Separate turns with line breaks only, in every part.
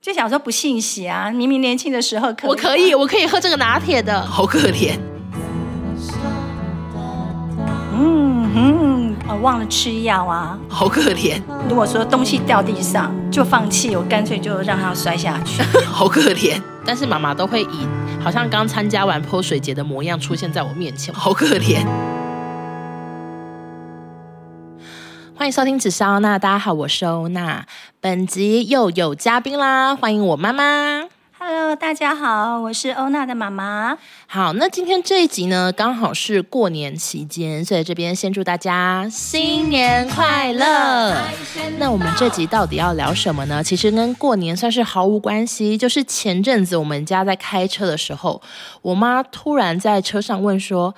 就小时候不信邪啊，明明年轻的时候可以，
我可以，我可以喝这个拿铁的，
好可怜。
嗯嗯，我忘了吃药啊。
好可 怜，
如果说东西掉地上就放弃，我干脆就让它摔下 去。
好可怜，
但是妈妈都会以好像刚参加完泼水节的模样出现在我面前。
好可怜。
欢迎收听《只是欧娜》，大家好，我是欧娜。本集又有嘉宾啦，欢迎我妈妈。
Hello，大家好，我是欧娜的妈妈。
好，那今天这一集呢，刚好是过年期间，所以这边先祝大家新年快乐。那我们这集到底要聊什么呢？其实跟过年算是毫无关系，就是前阵子我们家在开车的时候，我妈突然在车上问说：“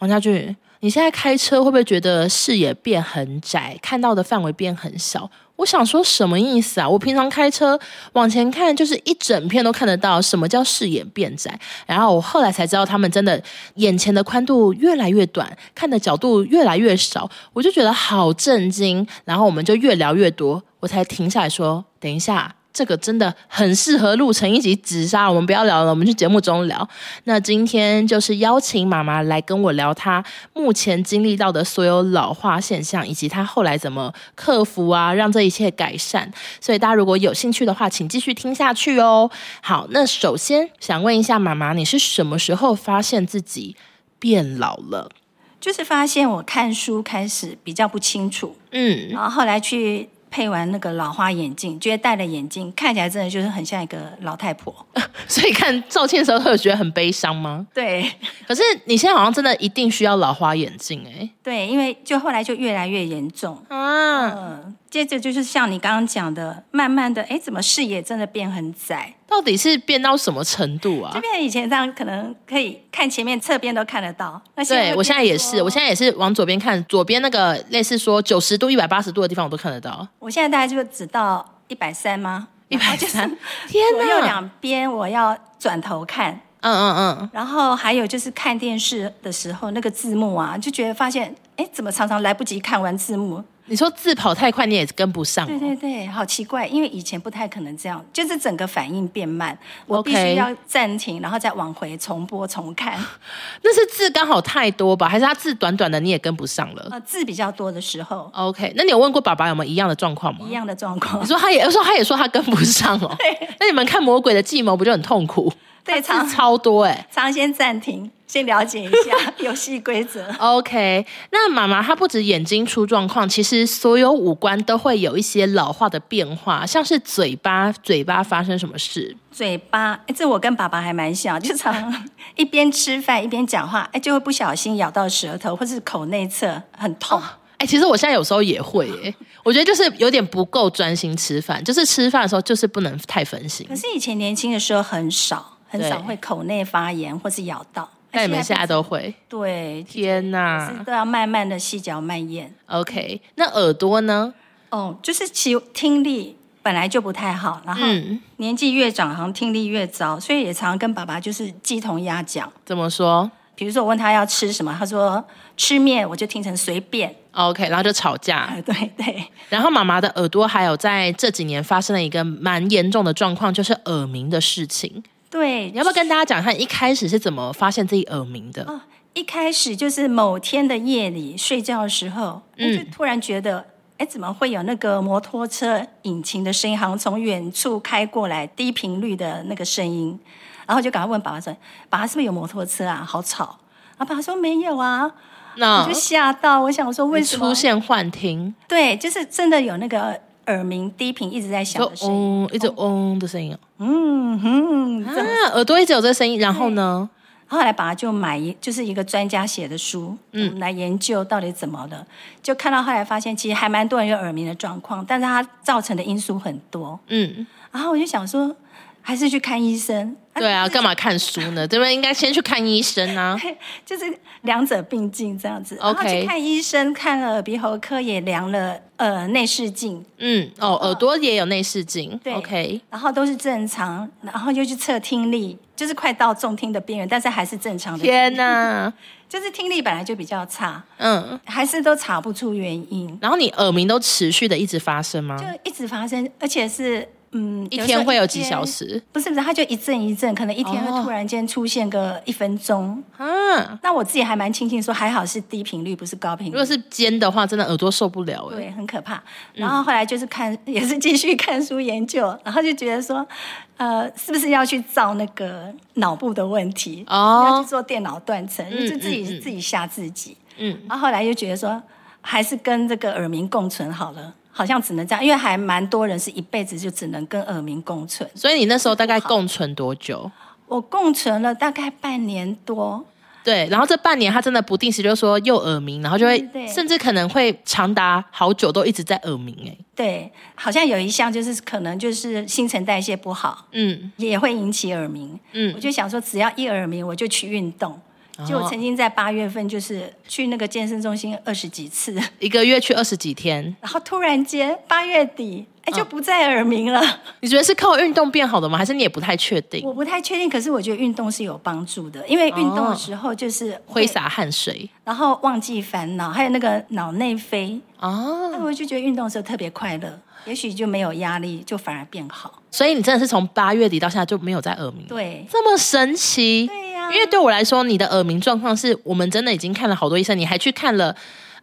王家俊，你现在开车会不会觉得视野变很窄，看到的范围变很小？”我想说什么意思啊？我平常开车往前看，就是一整片都看得到。什么叫视野变窄？然后我后来才知道，他们真的眼前的宽度越来越短，看的角度越来越少。我就觉得好震惊。然后我们就越聊越多，我才停下来说：“等一下，这个真的很适合录成一集直杀，我们不要聊了，我们去节目中聊。”那今天就是邀请妈妈来跟我聊她目前经历到的所有老化现象，以及她后来怎么克服啊，让这一切改善。所以大家如果有兴趣的话，请继续听下去哦。好，那首先想问一下妈妈，你是什么时候发现自己变老了？
就是发现我看书开始比较不清楚，
嗯，
然后后来去配完那个老花眼镜，觉得戴了眼镜看起来真的就是很像一个老太 婆。
所以看照片的时候，会有觉得很悲伤吗？
对
可是你现在好像真的一定需要老花眼镜哎、
对，因为就后来就越来越严重。
啊，
嗯，接着就是像你刚刚讲的，慢慢的，哎，怎么视野真的变很窄？
到底是变到什么程度啊
这？边以前这样可能可以看前面侧边都看得到，那现在
对
会
我现在也是，
变
我现在也是往左边看，左边那个类似说九十度、一百八十度的地方我都看得到。
我现在大概就只到一百三吗？
130
然后就是
天
左右
哪！
两边我要转头看，
嗯嗯嗯，
然后还有就是看电视的时候那个字幕啊，就觉得发现，哎，怎么常常来不及看完字幕？
你说字跑太快，你也跟不上
对
哦。
对对，好奇怪，因为以前不太可能这样，就是整个反应变慢，我必
OK
须要暂停，然后再往回重播重看。
那是字刚好太多吧？还是他字短短的你也跟不上了
呃，字比较多的时候，
？OK，那你有问过爸爸有没有一样的状况吗
一？样的状况
你，说他也说他也说他跟不上 哦。那你们看《魔鬼的计谋》不就很痛苦？
对，
字
常
超多哎、
常先暂停，先了解一 下游戏规则。
OK，那妈妈她不止眼睛出状况，其实所有五官都会有一些老化的变化，像是嘴巴，嘴巴发生什么事？
嘴巴，哎，这我跟爸爸还蛮像，就 常一边吃饭一边讲话，哎，就会不小心咬到舌头或是口内侧，很痛。
哎、其实我现在有时候也会、哎，我觉得就是有点不够专心吃饭，就是吃饭的时候就是不能太分心
可。是以前年轻的时候很少，很
对
少会口内发炎或是咬到。
那你们现
现
在啊都会？
对，
天
是
哪
都要慢慢的细嚼慢咽。
！OK，那耳朵呢？
哦，就是其听力本来就不太好，然后
嗯，
年纪越长，好像听力越糟，所以也常跟爸爸就是鸡同鸭讲。
怎么说
比如说我问他要吃什么，他说吃面，我就听成随便。
？OK，然后就吵架。
啊，对对，
然后妈妈的耳朵还有在这几年发生了一个蛮严重的状况，就是耳鸣的事情。
对，
你要不要跟大家讲一下，你一开始是怎么发现自己耳鸣的？
一开始就是某天的夜里睡觉的时候，我
嗯
就突然觉得，哎，怎么会有那个摩托车引擎的声音，好像从远处开过来，低频率的那个声音，然后就赶快问爸爸说：“爸爸是不是有摩托车啊？好吵！”然后爸爸说：“没有啊。”我
那
就吓到，我想说为
哦你
什么
出？现幻听，
对，就是真的有那个耳鸣低频一直在响
就
的声音。
嗡一直嗡的声音哦
嗯哼，这样哎
啊，耳朵一直有这个声音。然后呢，
后来爸爸就买一就是一个专家写的书，嗯，来研究到底怎么了。就看到后来发现，其实还蛮多人有耳鸣的状况，但是它造成的因素很多。
嗯，
然后我就想说，还是去看医生。
对啊，
就是
干嘛看书
哎
呢？对不对？应该先去看医生啊。
就是两者并进这样子。然
OK
后去看医生，看了耳鼻喉科，也量了呃内视镜，
嗯，哦，耳朵也有内视镜。
对
OK，
然后都是正常，然后又去测听力，就是快到重听的边缘，但是还是正常的，
天哪，
就是听力本来就比较差，
嗯，
还是都查不出原因。
然后你耳鸣都持续的一直发生吗
就一直发生，而且是嗯，
一
时候
天会有几
一天
小？时
不是不是，它就一阵一阵，可能一天
哦
会突然间出现个一分钟。
啊？
那我自己还蛮庆幸说，还好是低频率，不是高频率。
如果是尖的话，真的耳朵受不了哎、
对，很可怕。然后后来就是看， 也是继续看书研究，然后就觉得说，呃，是不是要去造那个脑部的问题？要
哦
去，做电脑断层，
嗯
就自己、
嗯嗯
自己吓自己。
嗯，
然后后来又觉得说，还是跟这个耳鸣共存好了，好像只能这样，因为还蛮多人是一辈子就只能跟耳鸣共存。
所以你那时候大概共存多久？
我共存了大概半年多，
对，然后这半年他真的不定时就说又耳鸣，然后就会
对嗯对对
甚至可能会长达好久都一直在耳鸣哎、
对，好像有一项就是可能就是新陈代谢不好，
嗯
也会引起耳鸣。我
嗯，
就想说，只要一耳鸣，我就去运动。就我
哦
曾经在八月份，就是去那个健身中心二十几次，
一个月去二十几天，
然后突然间八月底，哎，
嗯
就不再耳鸣了。
你觉得是靠运动变好的吗？还是你也不太确定？
我不太确定，可是我觉得运动是有帮助的，因为运动的时候就是
挥，洒汗水
然后忘记烦恼，还有那个脑内啡，那
哦，
我就觉得运动的时候特别快乐，也许就没有压力，就反而变好。
所以你真的是从八月底到现在就没有在耳鸣，
对，
这么神奇？
对呀、
嗯因为对我来说，你的耳鸣状况是我们真的已经看了好多医生，你还去看了，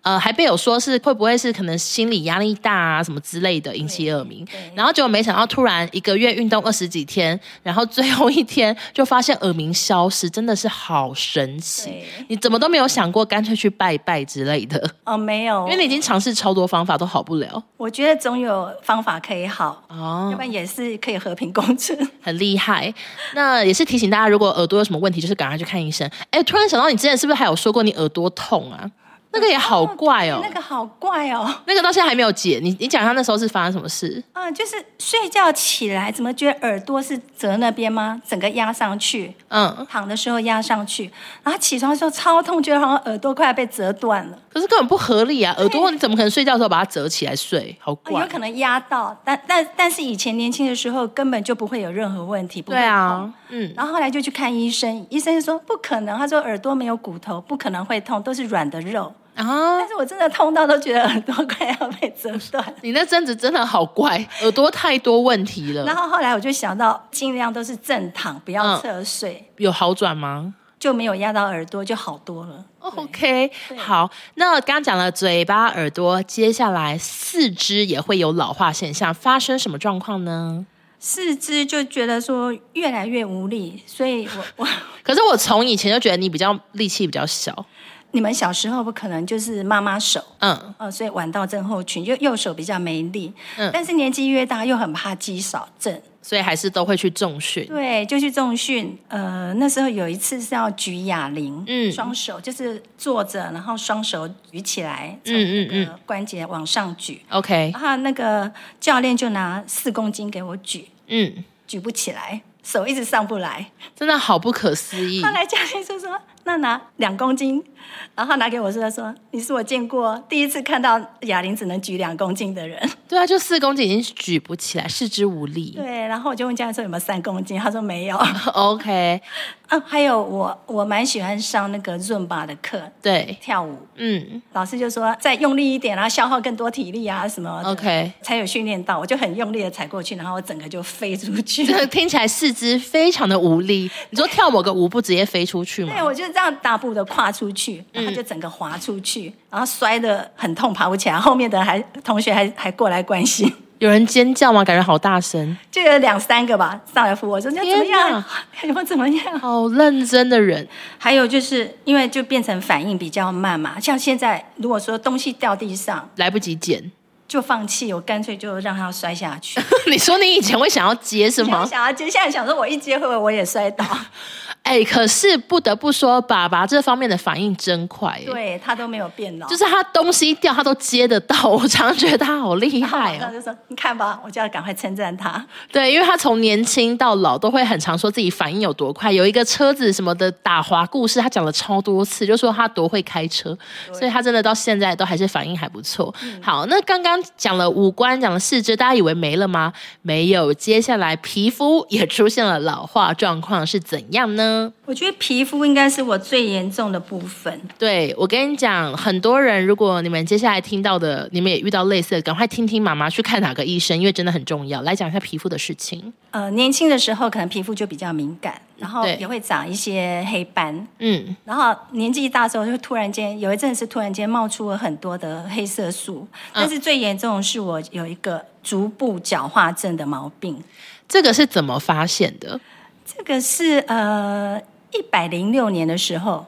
呃，还被有说是会不会是可能心理压力大啊什么之类的引起耳鸣
对，
然后结果没想到突然一个月运动二十几天，然后最后一天就发现耳鸣消失，真的是好神奇
对！
你怎么都没有想过干脆去拜拜之类的，
哦，没有，
因为你已经尝试超多方法都好不了
我觉得总有方法可以好，
哦
要不然也是可以和平共处。
很厉害。那也是提醒大家，如果耳朵有什么问题，就是赶快去看医生。哎，突然想到，你之前是不是还有说过你耳朵痛啊？那个也好怪哦，
那个好怪哦，
那个到现在还没有解。你你讲一下那时候是发生什么事？
啊、就是睡觉起来怎么觉得耳朵是折那边吗？整个压上去，
嗯，
躺的时候压上去，然后起床的时候超痛，觉得好像耳朵快要被折断了，
可是根本不合理啊！耳朵你怎么可能睡觉的时候把它折起来睡？好
啊
怪。
有可能压到，但但但是以前年轻的时候根本就不会有任何问题，不会
对
痛。
啊，嗯，
然后后来就去看医生，医生说不可能，他说耳朵没有骨头，不可能会痛，都是软的肉。
啊
但，是我真的痛到都觉得耳朵快要被折断。
你那阵子真的好怪，耳朵太多问题
然
了。
后后来我就想到，尽量都是正躺，不要侧睡，
有好转吗？
就没有压到耳朵，就好多了。
OK，好，那刚刚讲了嘴巴、耳朵，接下来四肢也会有老化现象，发生什么状况呢？
四肢就觉得说越来越无力，所以我 我
可是我从以前就觉得你比较力气比较小，
你们小时候不可能就是妈妈手，
嗯，
呃，所以晚到症候群，就右手比较没力。
嗯
但是年纪越大，又很怕肌少症，
所以还是都会去重训。
对，就去重训。呃，那时候有一次是要举哑铃，
嗯
双手就是坐着，然后双手举起来，从那
嗯嗯
个关节往上举。
OK，
然后那个教练就拿四公斤给我举，
嗯，
举不起来，手一直上不来。
真的好不可思议
后。来教练就说：“那拿两公斤。”然后拿给我说：“说你是我见过第一次看到哑铃只能举两公斤的人。
对啊，就四公斤已经举不起来，四肢无”力。
对，然后我就问教练说有没有三公斤，他说没有。
OK，
嗯，还有我我蛮喜欢上那个润吧的课，
对，
跳舞。
嗯
老师就说再用力一点啊，消耗更多体力啊什么的
，OK，
才有训练到。我就很用力的踩过去，然后我整个就飞出去。
这个听起来四肢非常的无力。你说跳某个舞步直接飞出去吗
对，？我就这样大步的跨出去，
嗯
然后就整个滑出去，然后摔得很痛，爬不起来。后面的还同学还还过来关心，
有人尖叫吗？感觉好大声，
就有两三个吧上来扶我说：“你要怎么样？ 你们怎么样
好认真的人。？”
还有就是因为就变成反应比较慢嘛，像现在如果说东西掉地上
来不及捡。
就放弃，我干脆就让它摔下去。
你说你以前会想要接什
想
么？
想要接，现在想说我一接会不会我也摔 倒？
哎、可是不得不说，爸爸这方面的反应真快、哎，
对啊他都没有变老，
就是他东西掉他都接得到，我常觉得他好厉害
然后
哦。
就说你看吧，我就要赶快称赞他。
对，因为他从年轻到老都会很常说自己反应有多快。有一个车子什么的打滑故事，他讲了超多次，就说他多会开车，所以他真的到现在都还是反应还不错。好，那刚刚讲了五官，讲了四肢，大家以为没了吗？没有，接下来皮肤也出现了老化状况，是怎样呢？呢？
我觉得皮肤应该是我最严重的部分。
对我跟你讲，很多人，如果你们接下来听到的，你们也遇到类似的，赶快听听妈妈去看哪个医生，因为真的很重要。来讲一下皮肤的事情。
呃，年轻的时候可能皮肤就比较敏感，然后
对
也会长一些黑斑，
嗯，
然后年纪一大之后就突然间有一阵是突然间冒出了很多的黑色素，
嗯
但是最严重的是我有一个足部角化症的毛病，
这个是怎么发现的？
这个是呃一百零六年的时候，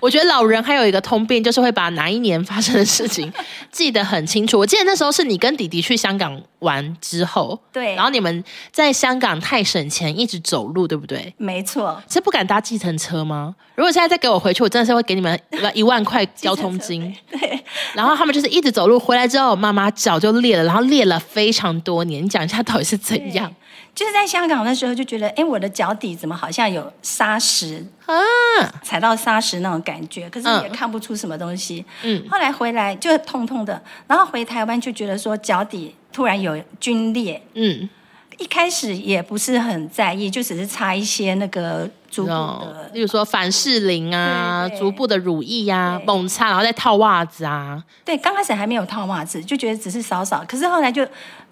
我觉得老人还有一个通病，就是会把哪一年发生的 事情记得很清楚。我记得那时候是你跟弟弟去香港玩之后，
对
然后你们在香港太省钱，一直走路，对不对？
没错，
是不敢搭计程车吗？如果现在再给我回去，我真的是会给你们一万块交通金。
对，
然后他们就是一直走路回来之后，妈妈脚就裂了，然后裂了非常多年。你讲一下到底是怎样
就是在香港的时候就觉得，哎，我的脚底怎么好像有沙石，
啊？
踩到沙石那种感觉，可是
嗯
也看不出什么东西。
嗯，
后来回来就痛痛的，然后回台湾就觉得说脚底突然有皲裂，
嗯，
一开始也不是很在意，就只是擦一些那个足部
然后
的。
例如说凡士林啊、
嗯对对
足部的乳液啊、
对
猛擦，然后再套袜子啊。
对，刚开始还没有套袜子，就觉得只是少少，可是后来就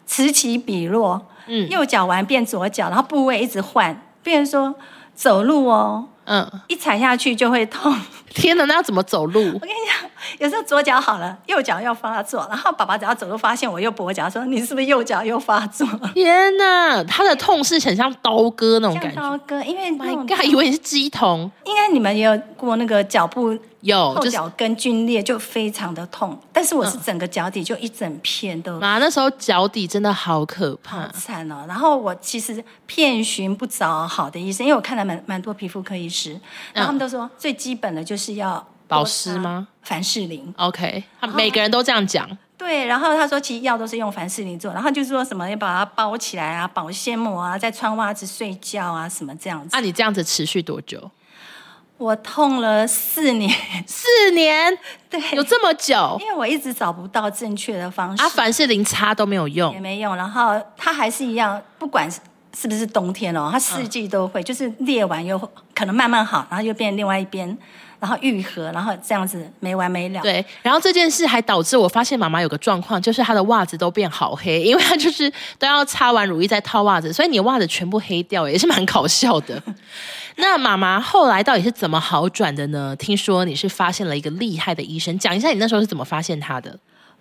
此起彼落，
嗯
右脚完变左脚，然后部位一直换，变成说走路哦，
嗯，
一踩下去就会痛。
天哪，那要怎么走路？
我跟你讲，有时候左脚好了，右脚要发作，然后爸爸只要走路发现我右跛脚，说你是不是右脚又发作？
天哪，他的痛是很像刀割那种
像
感觉。Oh
刀，Oh 割，因为那
My
种
God，以为你是鸡童，
应该你们也有过那个脚部
有
后
哦就是嗯
脚跟皲裂就非常的痛，但是我是整个脚底就一整片都
妈那时候脚底真的好可怕
好。惨哦。然后我其实遍寻不着好的医生，因为我看了蛮蛮多皮肤科医师，然后他们都说最基本的就是要
嗯保
多
湿
擦
吗
凡士林。
OK，他
哦
每个人都这样讲。
对，然后他说其实药都是用凡士林做，然后就说什么要把它包起来啊，保鲜膜啊，再穿袜子睡觉啊，什么这样子。
那、你这样子持续多久？
我痛了四年，
四 年，
对，
有这么久？
因为我一直找不到正确的方式。
啊，凡士林擦都没有
也
用，
没用，然后它还是一样，不管是是不是冬天哦，它
嗯
四季都会，就是裂完又可能慢慢好，然后又变另外一边，然后愈合，然后这样子没完没了。，
对。然后这件事还导致我发现妈妈有个状况，就是她的袜子都变好黑，因为她就是都要擦完乳液再套袜子，所以你的袜子全部黑掉，也是蛮搞笑的。 那妈妈后来到底是怎么好转的呢？听说你是发现了一个厉害的医生，讲一下你那时候是怎么发现他的？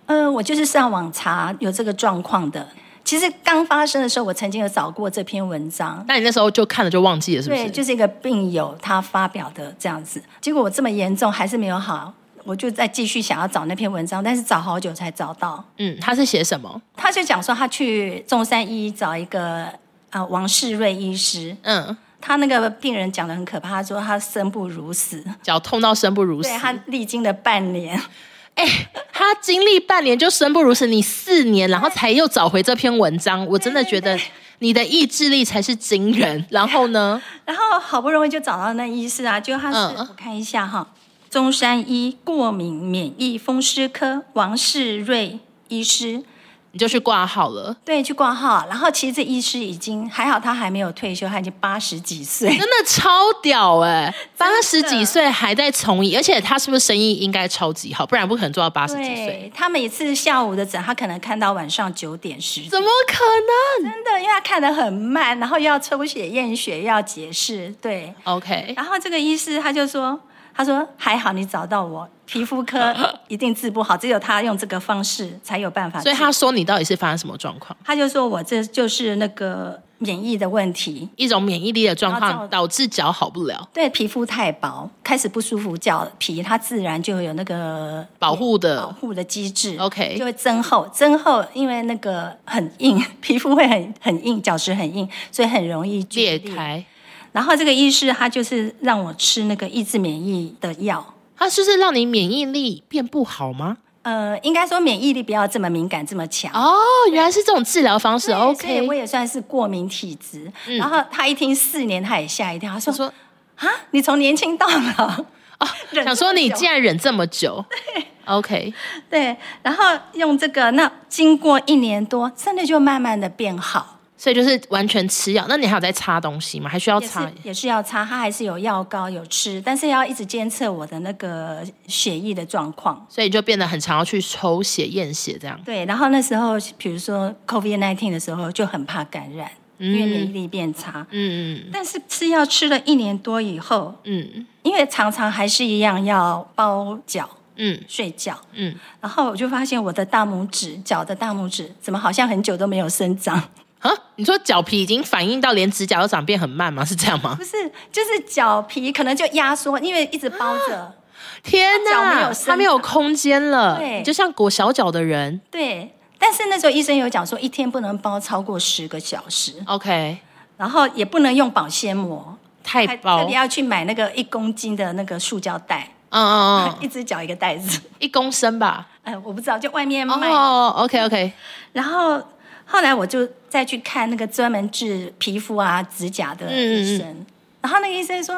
呃，我就是上网查有这个状况的。其实刚发生的时候，我曾经有找过这篇文章，
那你那时候就看了就忘记了，是不
对，
是？
就是一个病友他发表的这样子。结果我这么严重还是没有好，我就再继续想要找那篇文章，但是找好久才找到。
嗯，他是写什么？
他就讲说他去中山医找一个呃王世瑞医师，
嗯，
他那个病人讲的很可怕，他说他生不如死，
脚痛到生不如死。
对他历经了半年，
他经历半年就生不如死，你四年，然后才又找回这篇文章，我真的觉得你的意志力才是惊人。然后呢，
然后好不容易就找到那医师啊，就他是、
嗯
我看一下哈，中山医过敏免疫风湿科王世瑞医师。
你就去挂号了，
对，去挂号，啊然后其实这医师已经还好，他还没有退休，他已经八十几岁
真，的超屌哎、八十几岁还在从医，而且他是不是生意应该超级好，不然不可能做到八十几岁。
对他每次下午的诊，他可能看到晚上九点十
怎么可能
真的，因为他看得很慢，然后又要抽血验血，又要解释，对。
？OK，
然后这个医师他就说，他说还好你找到我，皮肤科 一定治不好，只有他用这个方式才有办法治。
所以他说你到底是发生什么状况？
他就说我这就是那个免疫的问题，
一种免疫力的状
然后
况
造
导致脚好不了，
对皮肤太薄，开始不舒服，脚皮它自然就有那个
保护
保
的
护的机制
OK
就会增厚，增厚因为那个很硬， 皮肤会很很硬，角质很硬，所以很容易皲
裂开。
然后这个医师他就是让我吃那个抑制免疫的药，
他就是让你免疫力变不好吗？
呃，应该说免疫力不要这么敏感这么强。
哦，原来是这种治疗方
对
式。
所以
OK，
我也算是过敏体质。然后他一听四年，他也吓一跳，他
我
说
说：“哦
啊，你从年轻到老， 忍
想说
这
你
么久
竟然忍这么久。OK，
对，然后用这个，那经过一年多，真的就慢慢的变好。
所以就是完全吃药。那你还有在擦东西吗？还需要
也是
擦？
也是要擦，它还是有药膏有吃，但是要一直监测我的那个血液的状况。
所以就变得很常要去抽血验血这样。
对，然后那时候比如说 COVID nineteen 的时候就很怕感染，因为免疫力变差。
嗯
但是吃药吃了一年多以后，
嗯
因为常常还是一样要包脚
嗯
睡觉，
嗯，
然后我就发现我的大拇指脚的大拇指怎么好像很久都没有生长，
啊、你说脚皮已经反映到连指甲都长变很慢吗？是这样吗？
不是就是脚皮可能就压缩，因为一直包着。
天
它脚没有
哪，
生长
它没有空间了，
对
你就像裹小脚的人。
对，但是那时候医生有讲说，一天不能包超过十个小时，
OK，
然后也不能用保鲜膜，
太
还
薄，
特别要去买那个一公斤的那个塑胶袋，
嗯嗯嗯，
一只脚一个袋子。
一公升吧。
哎，我不知道，就外面卖。
哦，OK OK，
然后后来我就再去看那个专门治皮肤啊、指甲的医
嗯
生，然后那个医生说：“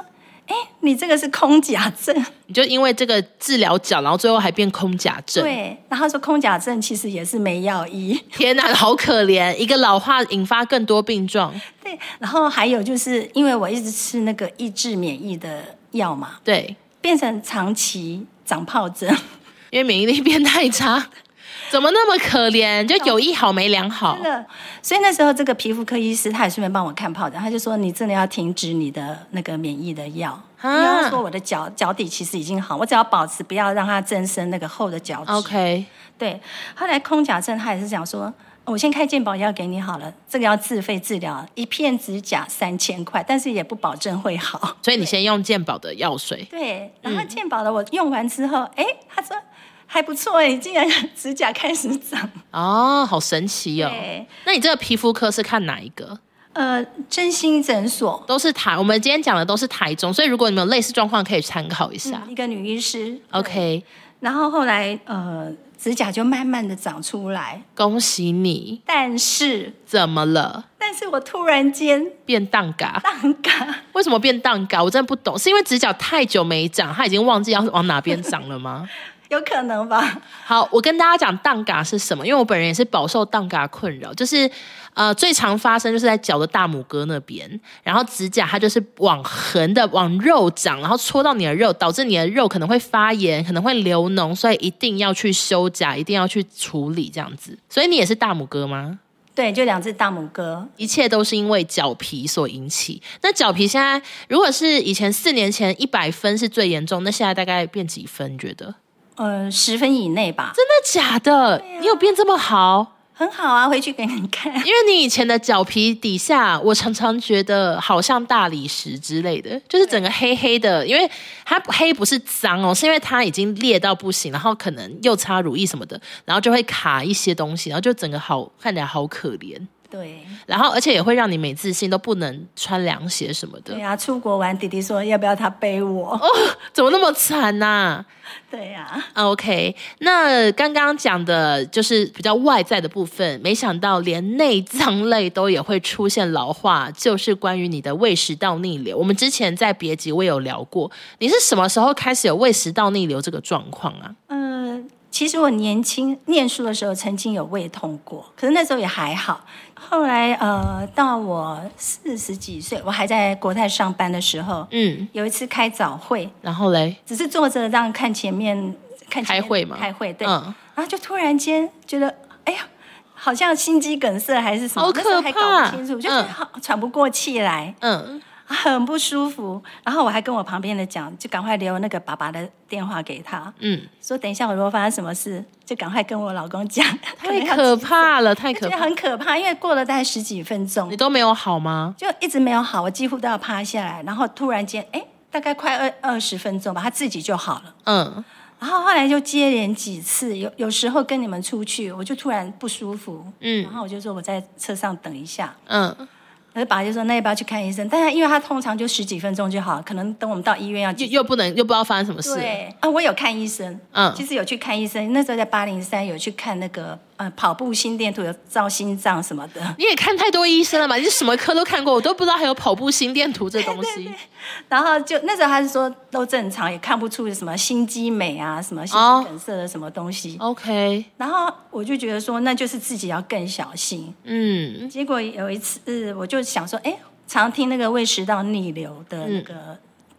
哎，你这个是空甲症。
你就因为这个治疗脚，然后最后还变空甲症。
对，然后他说空甲症其实也是没药医。
天哪，好可怜！一个老化引发更多病状。
对，然后还有就是因为我一直吃那个抑制免疫的药嘛，
对，
变成长期长疱疹，
因为免疫力 变太差，怎么那么可怜？就有一好没两 好
真。的。所以那时候这个皮肤科医师他也顺便帮我看疱疹，他就说你真的要停止你的那个免疫的药。
啊
因为他说我的脚脚底其实已经好，我只要保持不要让它增生那个厚的角质。
OK，
对，后来空甲症他也是讲说，哦我先开健保药给你好了，这个要自费治疗，一片指甲三千块，但是也不保证会 好。
所以你先用健保的药水，
对，
嗯
然后健保的我用完之后，哎、他说还不错哎，竟然 指甲开始长。
哦，好神奇哦。
对，
那你这个皮肤科是看哪一个？
呃，真心诊所、
都是台，我们今天讲的都是台中，所以如果你们有类似状况，可以参考一下。
一个女医师。嗯对
OK，
然后后来呃，指甲就慢慢的长出来，
恭喜你，
但是
怎么了？
但是我突然间
变荡嘎？
蛋嘎，
为什么变荡嘎？我真的不懂，是因为指甲太久没长，它已经忘记要往哪边长了吗？
有可能吧？
好，我跟大家讲荡嘎是什么，因为我本人也是饱受荡嘎困扰，就是呃最常发生就是在脚的大拇哥那边，然后指甲它就是往横的往肉长，然后戳到你的肉，导致你的肉可能会发炎，可能会流脓，所以一定要去修甲，一定要去处理这样子。所以你也是大拇哥吗？
对，就两只大拇哥。
一切都是因为脚皮所引起。那脚皮现在，如果是以前四年前一百分是最严重，那现在大概变几分？你觉得
呃，十分以内吧，
真的假的？你有变这么好？
很好啊，回去给你看。
因为你以前的脚皮底下，我常常觉得好像大理石之类的，就是整个黑黑的。因为它黑不是脏哦，是因为它已经裂到不行，然后可能又擦乳液什么的，然后就会卡一些东西，然后就整个好看起来好可怜。
对
然后而且也会让你没自信，都不能穿凉鞋什么的
对。啊，出国玩，弟弟说要不要他背我？
哦怎么那么惨呐、
对呀、
啊、？OK，那刚刚讲的就是比较外在的部分，没想到连内脏类都也会出现老化，就是关于你的胃食道逆流。我们之前在别集我有聊过，你是什么时候开始有胃食道逆流这个状况啊？
嗯，其实我年轻念书的时候曾经有胃痛过，可是那时候也还好。后来呃，到我四十几岁，我还在国泰上班的时候，
嗯，
有一次开早会，
然后嘞，
只是坐着让看前面看前面
开会吗
开会对，
嗯，
然后就突然间觉得，哎呀。好像心肌梗塞还是什么，
好
那时候还
可怕
搞不清楚，就是
嗯
好喘不过气来，啊
嗯，
很不舒服。然后我还跟我旁边的讲，就赶快留那个爸爸的电话给他。
嗯，
说等一下，我如果发生什么事，就赶快跟我老公讲。
太
能要
可
急
怕了，太
就
可
觉得
怕！
很可怕，因为过了大概十几分钟
你，都没有好吗？
就一直没有好，我几乎都要趴下来，然后突然间，哎，大概快二二十分钟吧，他自己就好了。
嗯，
然后后来就接连几次，有有时候跟你们出去，我就突然不舒服，
嗯
然后我就说我在车上等一下，
嗯，
然后爸就说那要不要去看医生？但是因为他通常就十几分钟就好，可能等我们到医院要
又
几
又不能，又不知道发生什么事。
对啊，我有看医生，
嗯
其实有去看医生，那时候在八零三有去看那个啊、呃跑步心电图有照心脏什么的，
你也看太多医生了吧？你是什么科都看过，我都不知道还有跑步心电图这东西。
然后就那时候他是说都正常，也看不出什么心肌美啊，什么心肌梗塞的什么东西。
OK，
然后我就觉得说，那就是自己要更小心。
嗯
结果有一次，呃我就想说，哎，常听那个胃食道逆流的那个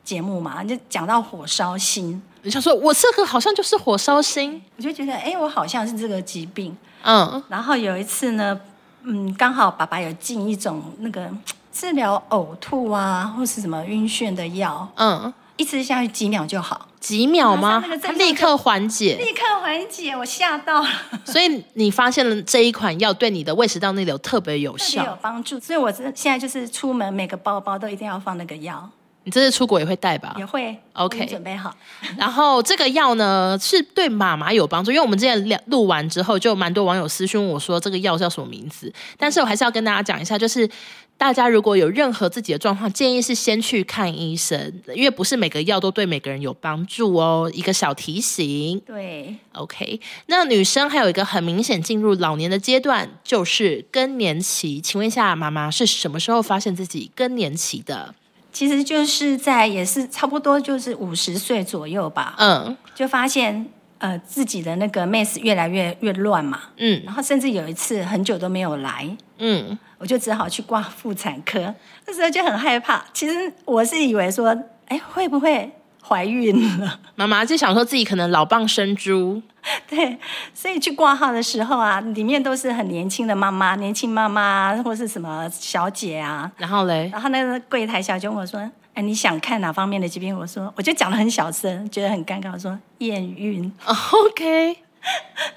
节目嘛，就讲到火烧心，
你想说，我这个好像就是火烧心。
我就觉得，哎，我好像是这个疾病。
嗯
然后有一次呢，嗯，刚好爸爸有进一种那个治疗呕吐啊，或是什么晕眩的药，
嗯，
一吃下去几秒就好，
几秒吗
马上那个？
它
症状就
立刻缓解。
立刻缓解，我吓到 了，
所以你发现了这一款药对你的胃食道逆流特别有
特别有
效。
帮助。所以我真现在就是出门每个包包都一定要放那个药，
你这次出国也会带吧？
也会
OK
我已经准备好。
然后这个药呢是对妈妈有帮助，因为我们之前聊录完之后，就蛮多网友私讯我说这个药叫什么名字，但是我还是要跟大家讲一下，就是。大家如果有任何自己的状况，建议是先去看医生，因为不是每个药都对每个人有帮助哦。一个小提醒
对，
，OK。那女生还有一个很明显进入老年的阶段，就是更年期。请问一下，妈妈是什么时候发现自己更年期的？
其实就是在也是差不多就是五十岁左右吧，
嗯
就发现呃自己的那个 mess 越来越越乱嘛，
嗯
然后甚至有一次很久都没有来，
嗯，
我就只好去挂妇产科。那时候就很害怕，其实我是以为说，哎，会不会怀孕了？
妈妈就想说自己可能老蚌生珠，
对，所以去挂号的时候啊，里面都是很年轻的妈妈，年轻妈妈或是什么小姐啊。
然后嘞，
然后那个柜台小姐问我说：“哎，你想看哪方面的疾病？”我说，我就讲的很小声，觉得很尴尬。我说验孕，
OK，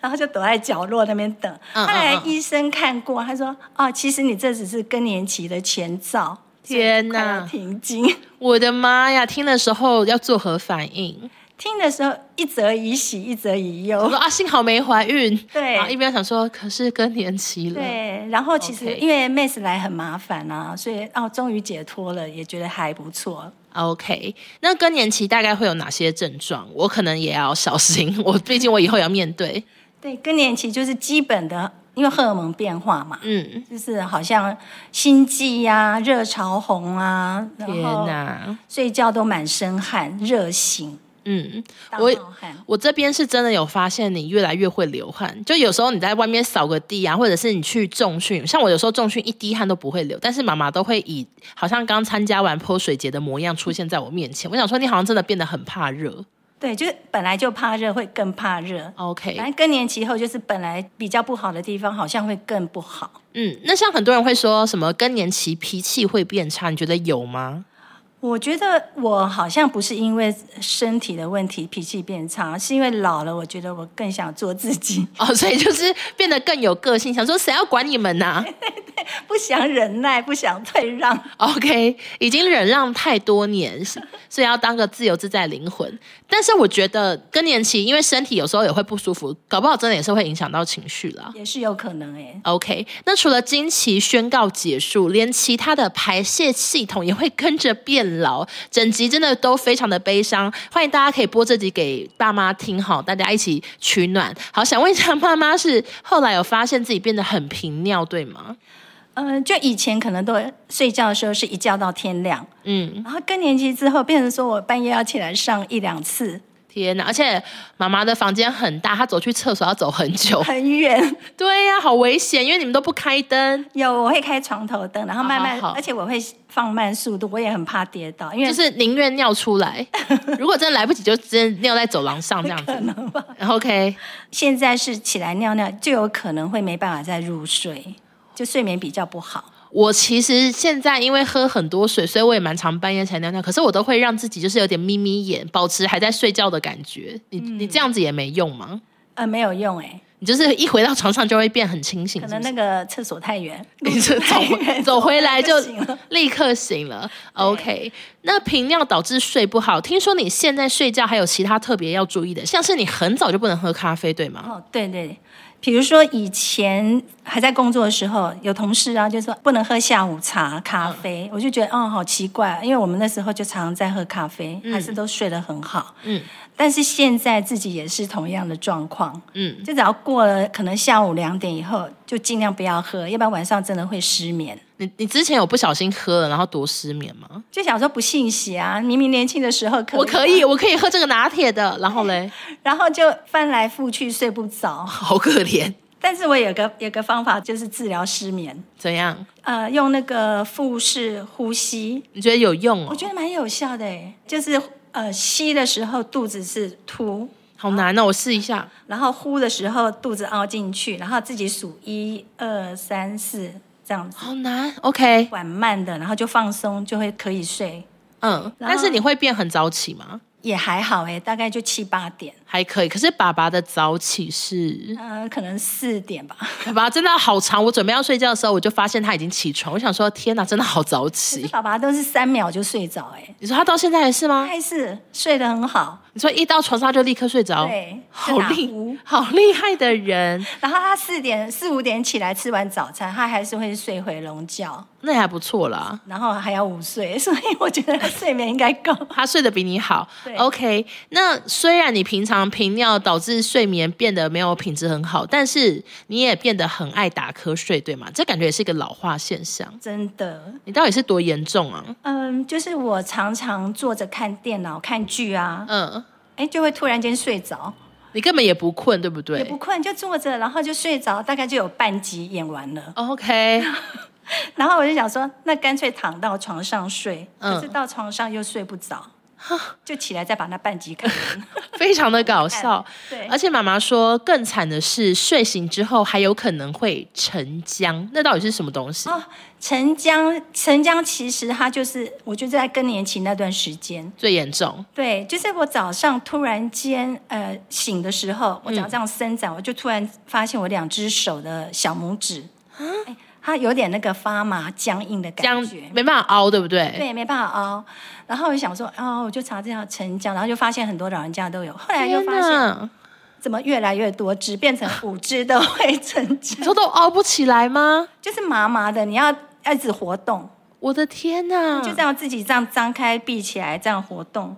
然后就躲在角落那边等。
嗯嗯
后来
嗯
医生看过，他说：“哦，其实你这只是更年期的前兆，
天
快要
哪！
停经。”
我的妈呀！听的时候要作何反应？
听的时候一则以喜，一则以
我
忧
说。啊，幸好没怀孕。
哦对
然后一边想说，可是更年期了。
对，然后其实
OK
因为 Mass 来很麻烦啊，所以哦，终于解脱了，也觉得还不错。
OK，那更年期大概会有哪些症状？我可能也要小心，我毕竟我以后也要面对。
对，更年期就是基本的，因为荷尔蒙变化嘛，
嗯，
就是好像心悸呀、热潮红啊，然
天
后
哪！
睡觉都满身汗、热醒、
嗯，
大
我
冒汗。
我这边是真的有发现你越来越会流汗，就有时候你在外面扫个地啊，或者是你去重训，像我有时候重训一滴汗都不会流，但是妈妈都会以好像刚参加完泼水节的模样出现在我面前。我想说，你好像真的变得很怕热。
对，就是本来就怕热，会更怕热。反
OK，
正更年期后，就是本来比较不好的地方，好像会更不好。
嗯，那像很多人会说什么更年期脾气会变差，你觉得有吗？
我觉得我好像不是因为身体的问题脾气变差，是因为老了，我觉得我更想做自己，
哦，所以就是变得更有个性，想说谁要管你们啊呐、
不想忍耐，不想退让。
OK，已经忍让太多年，是所以要当个自由自在的灵魂。但是我觉得更年期，因为身体有时候也会不舒服，搞不好真的也是会影响到情绪啦。
也是有可能哎、
OK，那除了经期宣告结束，连其他的排泄系统也会跟着变老。整集真的都非常的悲伤，欢迎大家可以播这集给爸妈听，好，大家一起取暖。好，想问一下，妈妈是后来有发现自己变得很频尿，对吗？
嗯、就以前可能都睡觉的时候是一觉到天亮，
嗯，
然后更年期之后变成说我半夜要起来上一两次，。
天哪！而且妈妈的房间很大，她走去厕所要走很久
很远。
对呀、好危险，因为你们都不开灯，
有我会开床头灯，然后慢慢，
好好好
而且我会放慢速度，我也很怕跌倒，因为
就是宁愿尿 出来。如果真的来不及，就直接尿在走廊上这样子。然后 OK，
现在是起来尿尿，就有可能会没办法再入睡，就睡眠比较不好。
我其实现在因为喝很多水，所以我也蛮常半夜才尿尿。可是我都会让自己就是有点眯眯眼，保持还在睡觉的感觉。你、
嗯
你这样子也没用吗？
呃，没有用哎、
你就是一回到床上就会变很清醒，
可
是不
能
是
那个厕所太远，
你就 走回 走回来就
行了。
立刻醒了。OK，那频尿导致睡不好，听说你现在睡觉还有其他特别要注意的，像是你很早就不能喝咖啡，对吗？
哦，对对，比如说以前还在工作的时候，有同事啊就说不能喝下午茶、咖
嗯
啡，我就觉得哦好奇怪，因为我们那时候就常常在喝咖啡，还是都睡得很好。
嗯
但是现在自己也是同样的状况，
嗯，
就只要过了可能下午两点以后，就尽量不要喝，要不然晚上真的会失眠。
你你之前有不小心喝了，然后多失眠吗？
就想说不信邪啊，明明年轻的时候可啊
我可以，我可以喝这个拿铁的，然 后嘞，
然后就翻来覆去睡不着。
好可怜，
但是我有个有个方法，就是治疗失眠，
怎样？
呃，用那个腹式呼吸，
你觉得有用
我
哦？
觉得蛮有效的诶，就是呃吸的时候肚子是凸，
好难哦，我试一下。
然后呼的时候肚子凹进去，然后自己数一二三四这样子，
好难，OK，
缓慢的，然后就放松，就会可以睡，
嗯，
然后
但是你会变很早起吗？
也还好诶，大概就七八点，
还可以，可是爸爸的早起是，
呃，可能四点吧。
爸爸真的好长。我准备要睡觉的时候，我就发现他已经起床。我想说，天哪，真的好早
可 是
起。
爸爸都是三秒就睡着诶，
你说他到现在还是吗？
还是睡得很好，
你说一到床上就立刻睡着，
对，
好
就打呼
厉 好厉害的啊人，
然后他四点四五点起来吃完早餐，他还是会睡回笼觉，
那也还不错啦。
然后还要午睡，所以我觉得他睡眠应该够。
他睡得比你好
对
，OK。那虽然你平常频尿导致睡眠变得没有品质很好，但是你也变得很爱打瞌睡，对吗？这感觉也是一个老化现象。
真的，
你到底是多严重啊？
嗯，就是我常常坐着看电脑、看剧啊，
嗯，
哎，就会突然间睡着，
你根本也不困，对不
也
对
不困，就坐着，然后就睡着，大概就有半集演完了。
o k
然后我就想说，那干脆躺到床上睡，
嗯
可是到床上又睡不着，就起来再把那半集看完。
非常的搞 笑。
对
而，且妈妈说，更惨的是睡醒之后还有可能会沉僵，那到底是什么东西？
哦，陈江，陈江其实他就是，我就在更年期那段时间，
最严重，
对，就是我早上突然间呃醒的时候，我脚这样伸展，我就突然发现我两只手的小拇指，哎它有点那个发麻僵硬的
啊僵
感觉。
没办法凹，对不对？
对，没办法凹，然后我就想说，哦，我就查这样沉僵，然后就发现很多老人家都有，后来又
天
发现
哪，
怎么越来越多只，变成五只都会沉
你
僵，
说都凹不起来吗？
就是麻麻的，你要要一直活动，
我的天呐！
就这样自己这样张开闭起来这样活动，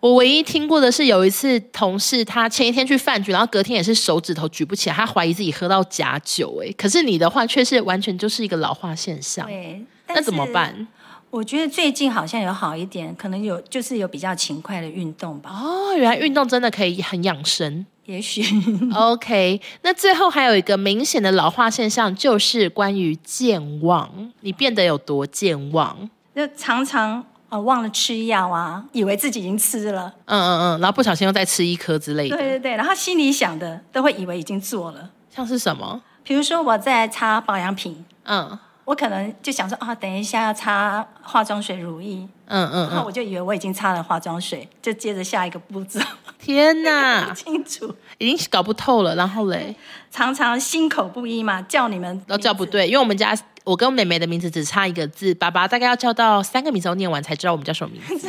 我唯一听过的是有一次同事他前一天去饭局，然后隔天也是手指头举不起来，他怀疑自己喝到假酒、哎，可是你的话却是完全就是一个老化现象，
对，
那
但
怎么
是
办？
我觉得最近好像有好一点，可能有就是有比较勤快的运动吧，
哦，原来运动真的可以很养生。
也许
OK，那最后还有一个明显的老化现象，就是关于健忘，你变得有多健忘？
就常常呃忘了吃药啊，以为自己已经吃了，
嗯嗯嗯，然后不小心又再吃一颗之类
对
的，
对对，然后心里想的都会以为已经做了。
像是什么？
比如说我在擦保养品，
嗯
我可能就想说啊，等一下要擦化妆水、乳液，
嗯嗯
然后
嗯，
我就以为我已经擦了化妆水，就接着下一个步骤，
天哪
不，清楚，
已经搞不透了。然后嘞，
常常心口不一嘛，叫你们
都叫不
名字，
对，因为我们家我跟妹妹的名字只差一个字，爸爸大概要叫到三个名字都念完才知道我们叫什 么名字，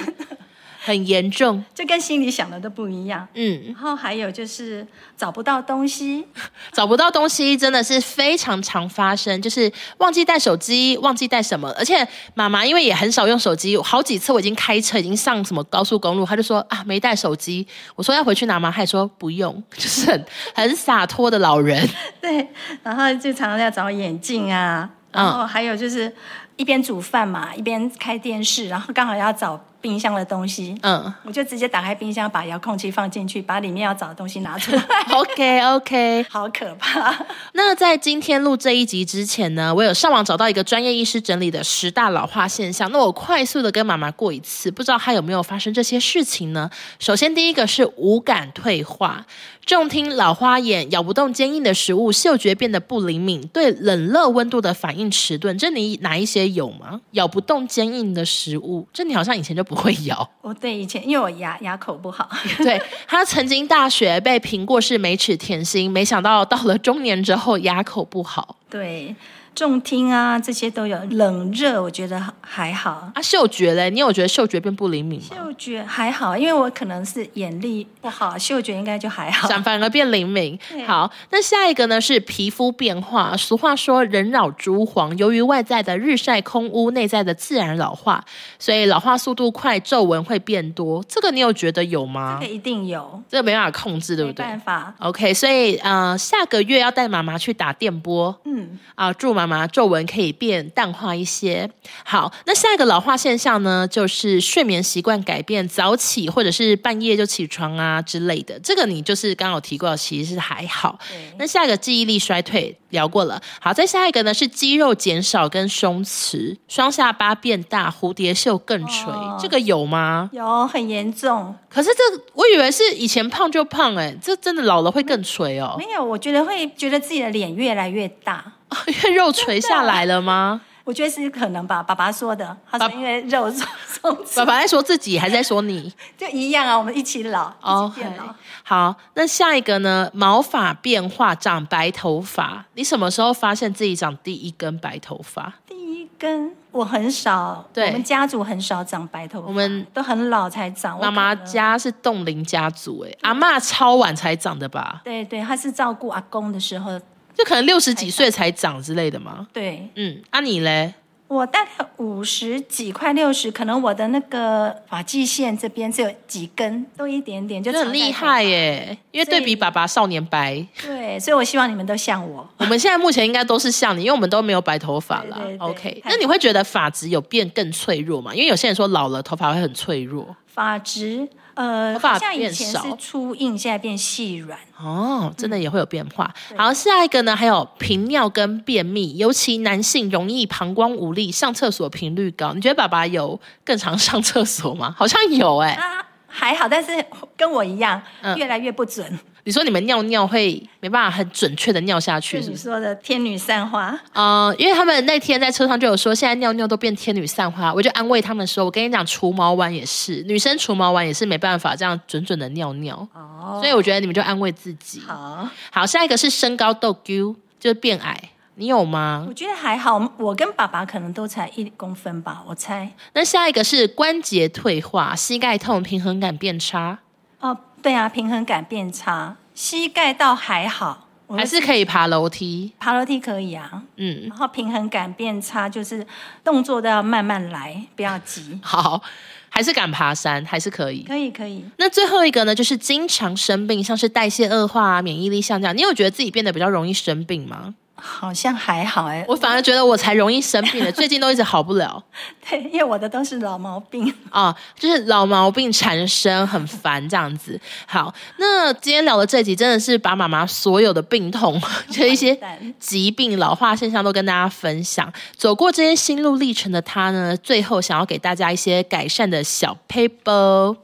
很严重。
就跟心里想的都不一样。
嗯，
然后还有就是找不到东西，
找不到东西真的是非常常发生，就是忘记带手机，忘记带什么，而且妈妈因为也很少用手机，好几次我已经开车，已经上什么高速公路，她就说啊没带手机，我说要回去拿吗？她也说不用，就是很很洒脱的老人。
对，然后就常常要找眼镜啊，
嗯
然后还有就是一边煮饭嘛，一边开电视，然后刚好要找冰箱的东西，
嗯，
我就直接打开冰箱，把遥控器放进去，把里面要找的东西拿出来
，OK OK，
好可怕！
那在今天录这一集之前呢，我有上网找到一个专业医师整理的十大老化现象。那我快速的跟妈妈过一次，不知道她有没有发生这些事情呢？首先，第一个是五感退化，重听老花眼，咬不动坚硬的食物，嗅觉变得不灵敏，对冷热温度的反应迟钝。这你哪一些有吗？咬不动坚硬的食物，这你好像以前就不会咬。
我对以前因为我牙牙口不好，
对他曾经大学被评过是美齿甜心，没想到到了中年之后牙口不好。
对，重听啊这些都有，冷热我觉得还好，
啊，嗅觉嘞，你有觉得嗅觉变不灵敏吗？
嗅觉还好，因为我可能是眼力不好，嗅觉应该就还好。
反反而变灵敏。好，那下一个呢是皮肤变化。俗话说“人老珠黄”，由于外在的日晒空污，内在的自然老化，所以老化速度快，皱纹会变多。这个你有觉得有吗？
这个一定有，
这个没办法控啊制，对不
没
对
办法，
？OK，所以呃，下个月要带妈妈去打电波，
嗯，
啊，祝妈妈皱纹可以变淡化一些。好，那下一个老化现象呢，就是睡眠习惯改变，早起或者是半夜就起床啊之类的。这个你就是刚刚有提过，其实是还好。
对，
那下一个记忆力衰退聊过了，好，再下一个呢是肌肉减少跟松弛，双下巴变大，蝴蝶袖更垂，
哦
这个有吗？
有很严重，
可是这我以为是以前胖就胖、欸，哎，这真的老了会更垂哦，
没有，我觉得会觉得自己的脸越来越大。
因为肉垂下来了 吗？
我觉得是可能吧，爸爸说的，他说因为肉松松 弛
爸爸在说自己，还是在说你？
就一样啊，我们一起老，一
哦
起，变老。
好，那下一个呢？毛发变化，长白头发。你什么时候发现自己长第一根白头发？
第一根我很少，
对
我们家族很少长白头发，
我们
都很老才长。我
妈妈
可能
家是冻龄家族、哎，阿嬷超晚才长的吧？
对对，她是照顾阿公的时候，
就可能六十几岁才长之类的吗？
对
嗯，啊你嘞？
我大概五十几快六十，可能我的那个发际线这边只有几根，多一点点，就
就很
藏在
厉
头
害耶、因为对
所
比
以
爸爸少年白，
发。对，所以我希望你们都像我。
我们现在目前应该都是像你，因为我们都没有白头发啦。
对对对
OK，
太
那你会觉得发质有变更脆弱吗？因为有些人说老了头发会很脆弱
发质，呃，
头发
好像以
变
前
少
是粗硬，现在变细软。
哦，真的也会有变化。
嗯对
好，下一个呢，还有频尿跟便秘，尤其男性容易膀胱无力，上厕所频率高。你觉得爸爸有更常上厕所吗？好像有哎、
啊，还好，但是跟我一样，
嗯
越来越不准。
你说你们尿尿会没办法很准确的尿下去，
就是
不
你
是？
说的天女散花，
呃，因为他们那天在车上就有说，现在尿尿都变天女散花，我就安慰他们说，我跟你讲，除毛丸也是，女生除毛丸也是没办法这样准准的尿尿，
哦，
所以我觉得你们就安慰自己。
好，
好，下一个是身高豆丢，就是变矮，你有吗？
我觉得还好，我跟爸爸可能都才一公分吧，我猜。
那下一个是关节退化，膝盖痛，平衡感变差，
哦，对啊，平衡感变差，膝盖倒还好，我
还
们
是可以爬楼梯。
爬楼梯可以啊。
嗯，
然后平衡感变差，就是动作都要慢慢来，不要急。
好，还是敢爬山，还是 可以。
可以可以，
那最后一个呢，就是经常生病，像是代谢恶化啊、免疫力下降。你有觉得自己变得比较容易生病吗？
好像还好哎、
我反而觉得我才容易生病了，最近都一直好不了
对，因为我的都是老毛病。
啊，就是老毛病缠身，很烦这样子。好，那今天聊的这集真的是把妈妈所有的病痛， 就是一些
完蛋
疾病、老化现象都跟大家分享。走过这些心路历程的他呢，最后想要给大家一些改善的小 paper。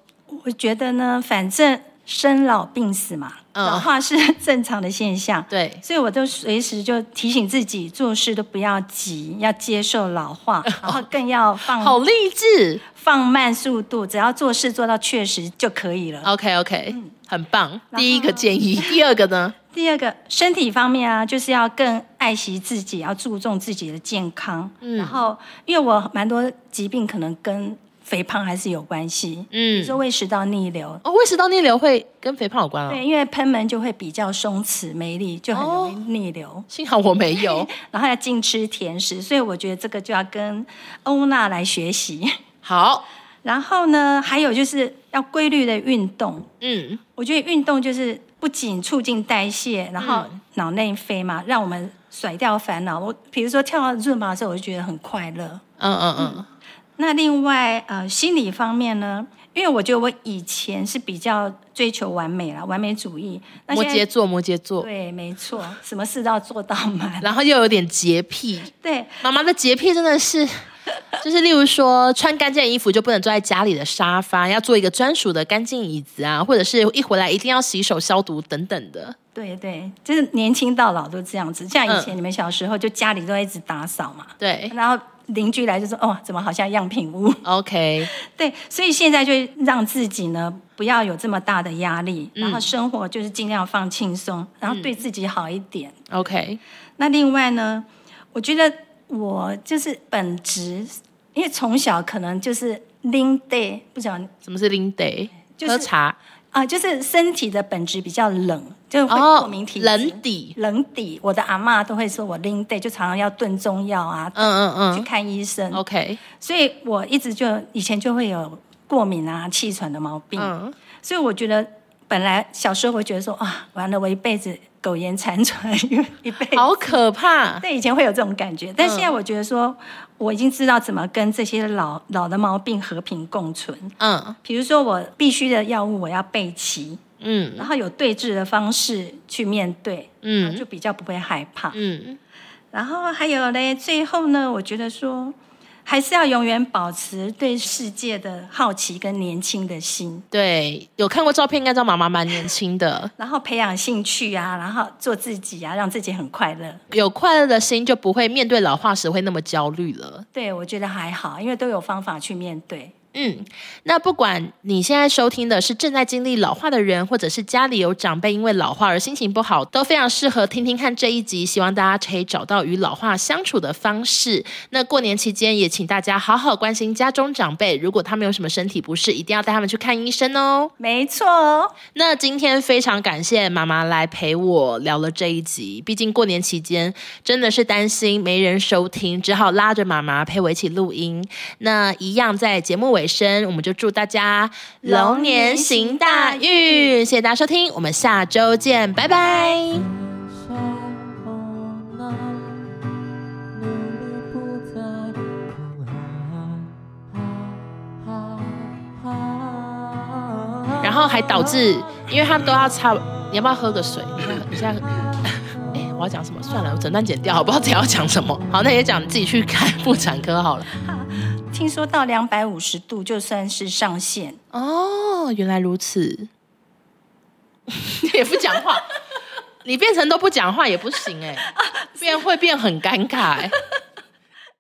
我觉得呢，反正生老病死嘛，
嗯
老化是正常的现象，
对，
所以我都随时就提醒自己，做事都不要急，要接受老 化，然后更要放
好励志。
放慢速度，只要做事做到确实就可以了。
OK OK，、很棒。
嗯后
第一个建议，第二个呢？
第二个，身体方面啊，就是要更爱惜自己，要注重自己的健康。然后，因为我蛮多疾病可能跟肥胖还是有关系，比
嗯
如，说胃食道逆流。
哦，胃食道逆流会跟肥胖有关哦。
对，因为贲门就会比较松弛没力，就很容易逆流。
幸好我没有。
然后要禁吃甜食，所以我觉得这个就要跟欧娜来学习。
好，
然后呢，还有就是要规律的运动。
嗯，
我觉得运动就是不仅促进代谢，然后
嗯
脑内啡嘛，让我们甩掉烦恼。我比如说跳到润马的时候，我就觉得很快乐。
嗯嗯嗯，
那另外呃，心理方面呢，因为我觉得我以前是比较追求完美啦，完美主义。那
摩
现
羯
在
座，摩羯座，
对，没错，什么事都要做到满。
然后又有点洁癖。
对，
妈妈的洁癖真的是， 就是例如说穿干净的衣服就不能坐在家里的沙发，要做一个专属的干净椅子啊，或者是一回来一定要洗手消毒等等的。
对对，就是年轻到老都这样子。像以
嗯
前你们小时候，就家里都在一直打扫嘛，
对
然后邻居来就说：“哦，怎么好像样品屋
，OK，？”
对，所以现在就让自己呢不要有这么大的压力，
嗯
然后生活就是尽量放轻松，然后对自己好一点。
OK，
那另外呢，我觉得我就是本职，因为从小可能就是拎 day，不讲
什么是 l i n day？
就是
喝茶
啊，就是身体的本质比较冷，就是会过
哦
敏体，质。
冷底，
冷底，我的阿嬷都会说我拎 day 就常常要炖中药啊，
嗯
去
嗯
看医生
嗯。，OK，
所以我一直就以前就会有过敏啊、气喘的毛病，
嗯，
所以我觉得本来小时候会觉得说啊，完了我一辈子苟延残喘，因为一辈 子。
好可怕，
对，以前会有这种感觉，
嗯
但现在我觉得说，我已经知道怎么跟这些老老的毛病和平共存。
嗯
比如说，我必须的药物我要备齐，
嗯
然后有对峙的方式去面对，然后
嗯
就比较不会害怕。
嗯，
然后还有嘞，最后呢，我觉得说还是要永远保持对世界的好奇跟年轻的心，
对，有看过照片，应该知道妈妈蛮年轻的，
然后培养兴趣啊，然后做自己啊，让自己很快乐。
有快乐的心，就不会面对老化时会那么焦虑了。
对，我觉得还好，因为都有方法去面对。
嗯，那不管你现在收听的是正在经历老化的人，或者是家里有长辈因为老化而心情不好，都非常适合听听看这一集。希望大家可以找到与老化相处的方式。那过年期间也请大家好好关心家中长辈，如果他们有什么身体不适，一定要带他们去看医生哦。
没错哦，
那今天非常感谢妈妈来陪我聊了这一集，毕竟过年期间真的是担心没人收听，只好拉着妈妈陪我一起录音。那一样在节目尾声，我们就祝大家龙年行大运！谢谢大家收听，我们下周见，拜拜。
少后来，努力不再苦海，哈哈哈。
然后还导致，因为他们都要差，你要不要喝个水？你现在， 哎、我要讲什么？算了，我整段剪掉，我不知道自己要讲什么。好，那也讲你自己去看妇产科好了。
听说到两百五十度就算是上限，
哦，原来如此。 你也不讲欸话，你变成都不讲话也不行哎、变会变很尴尬哎、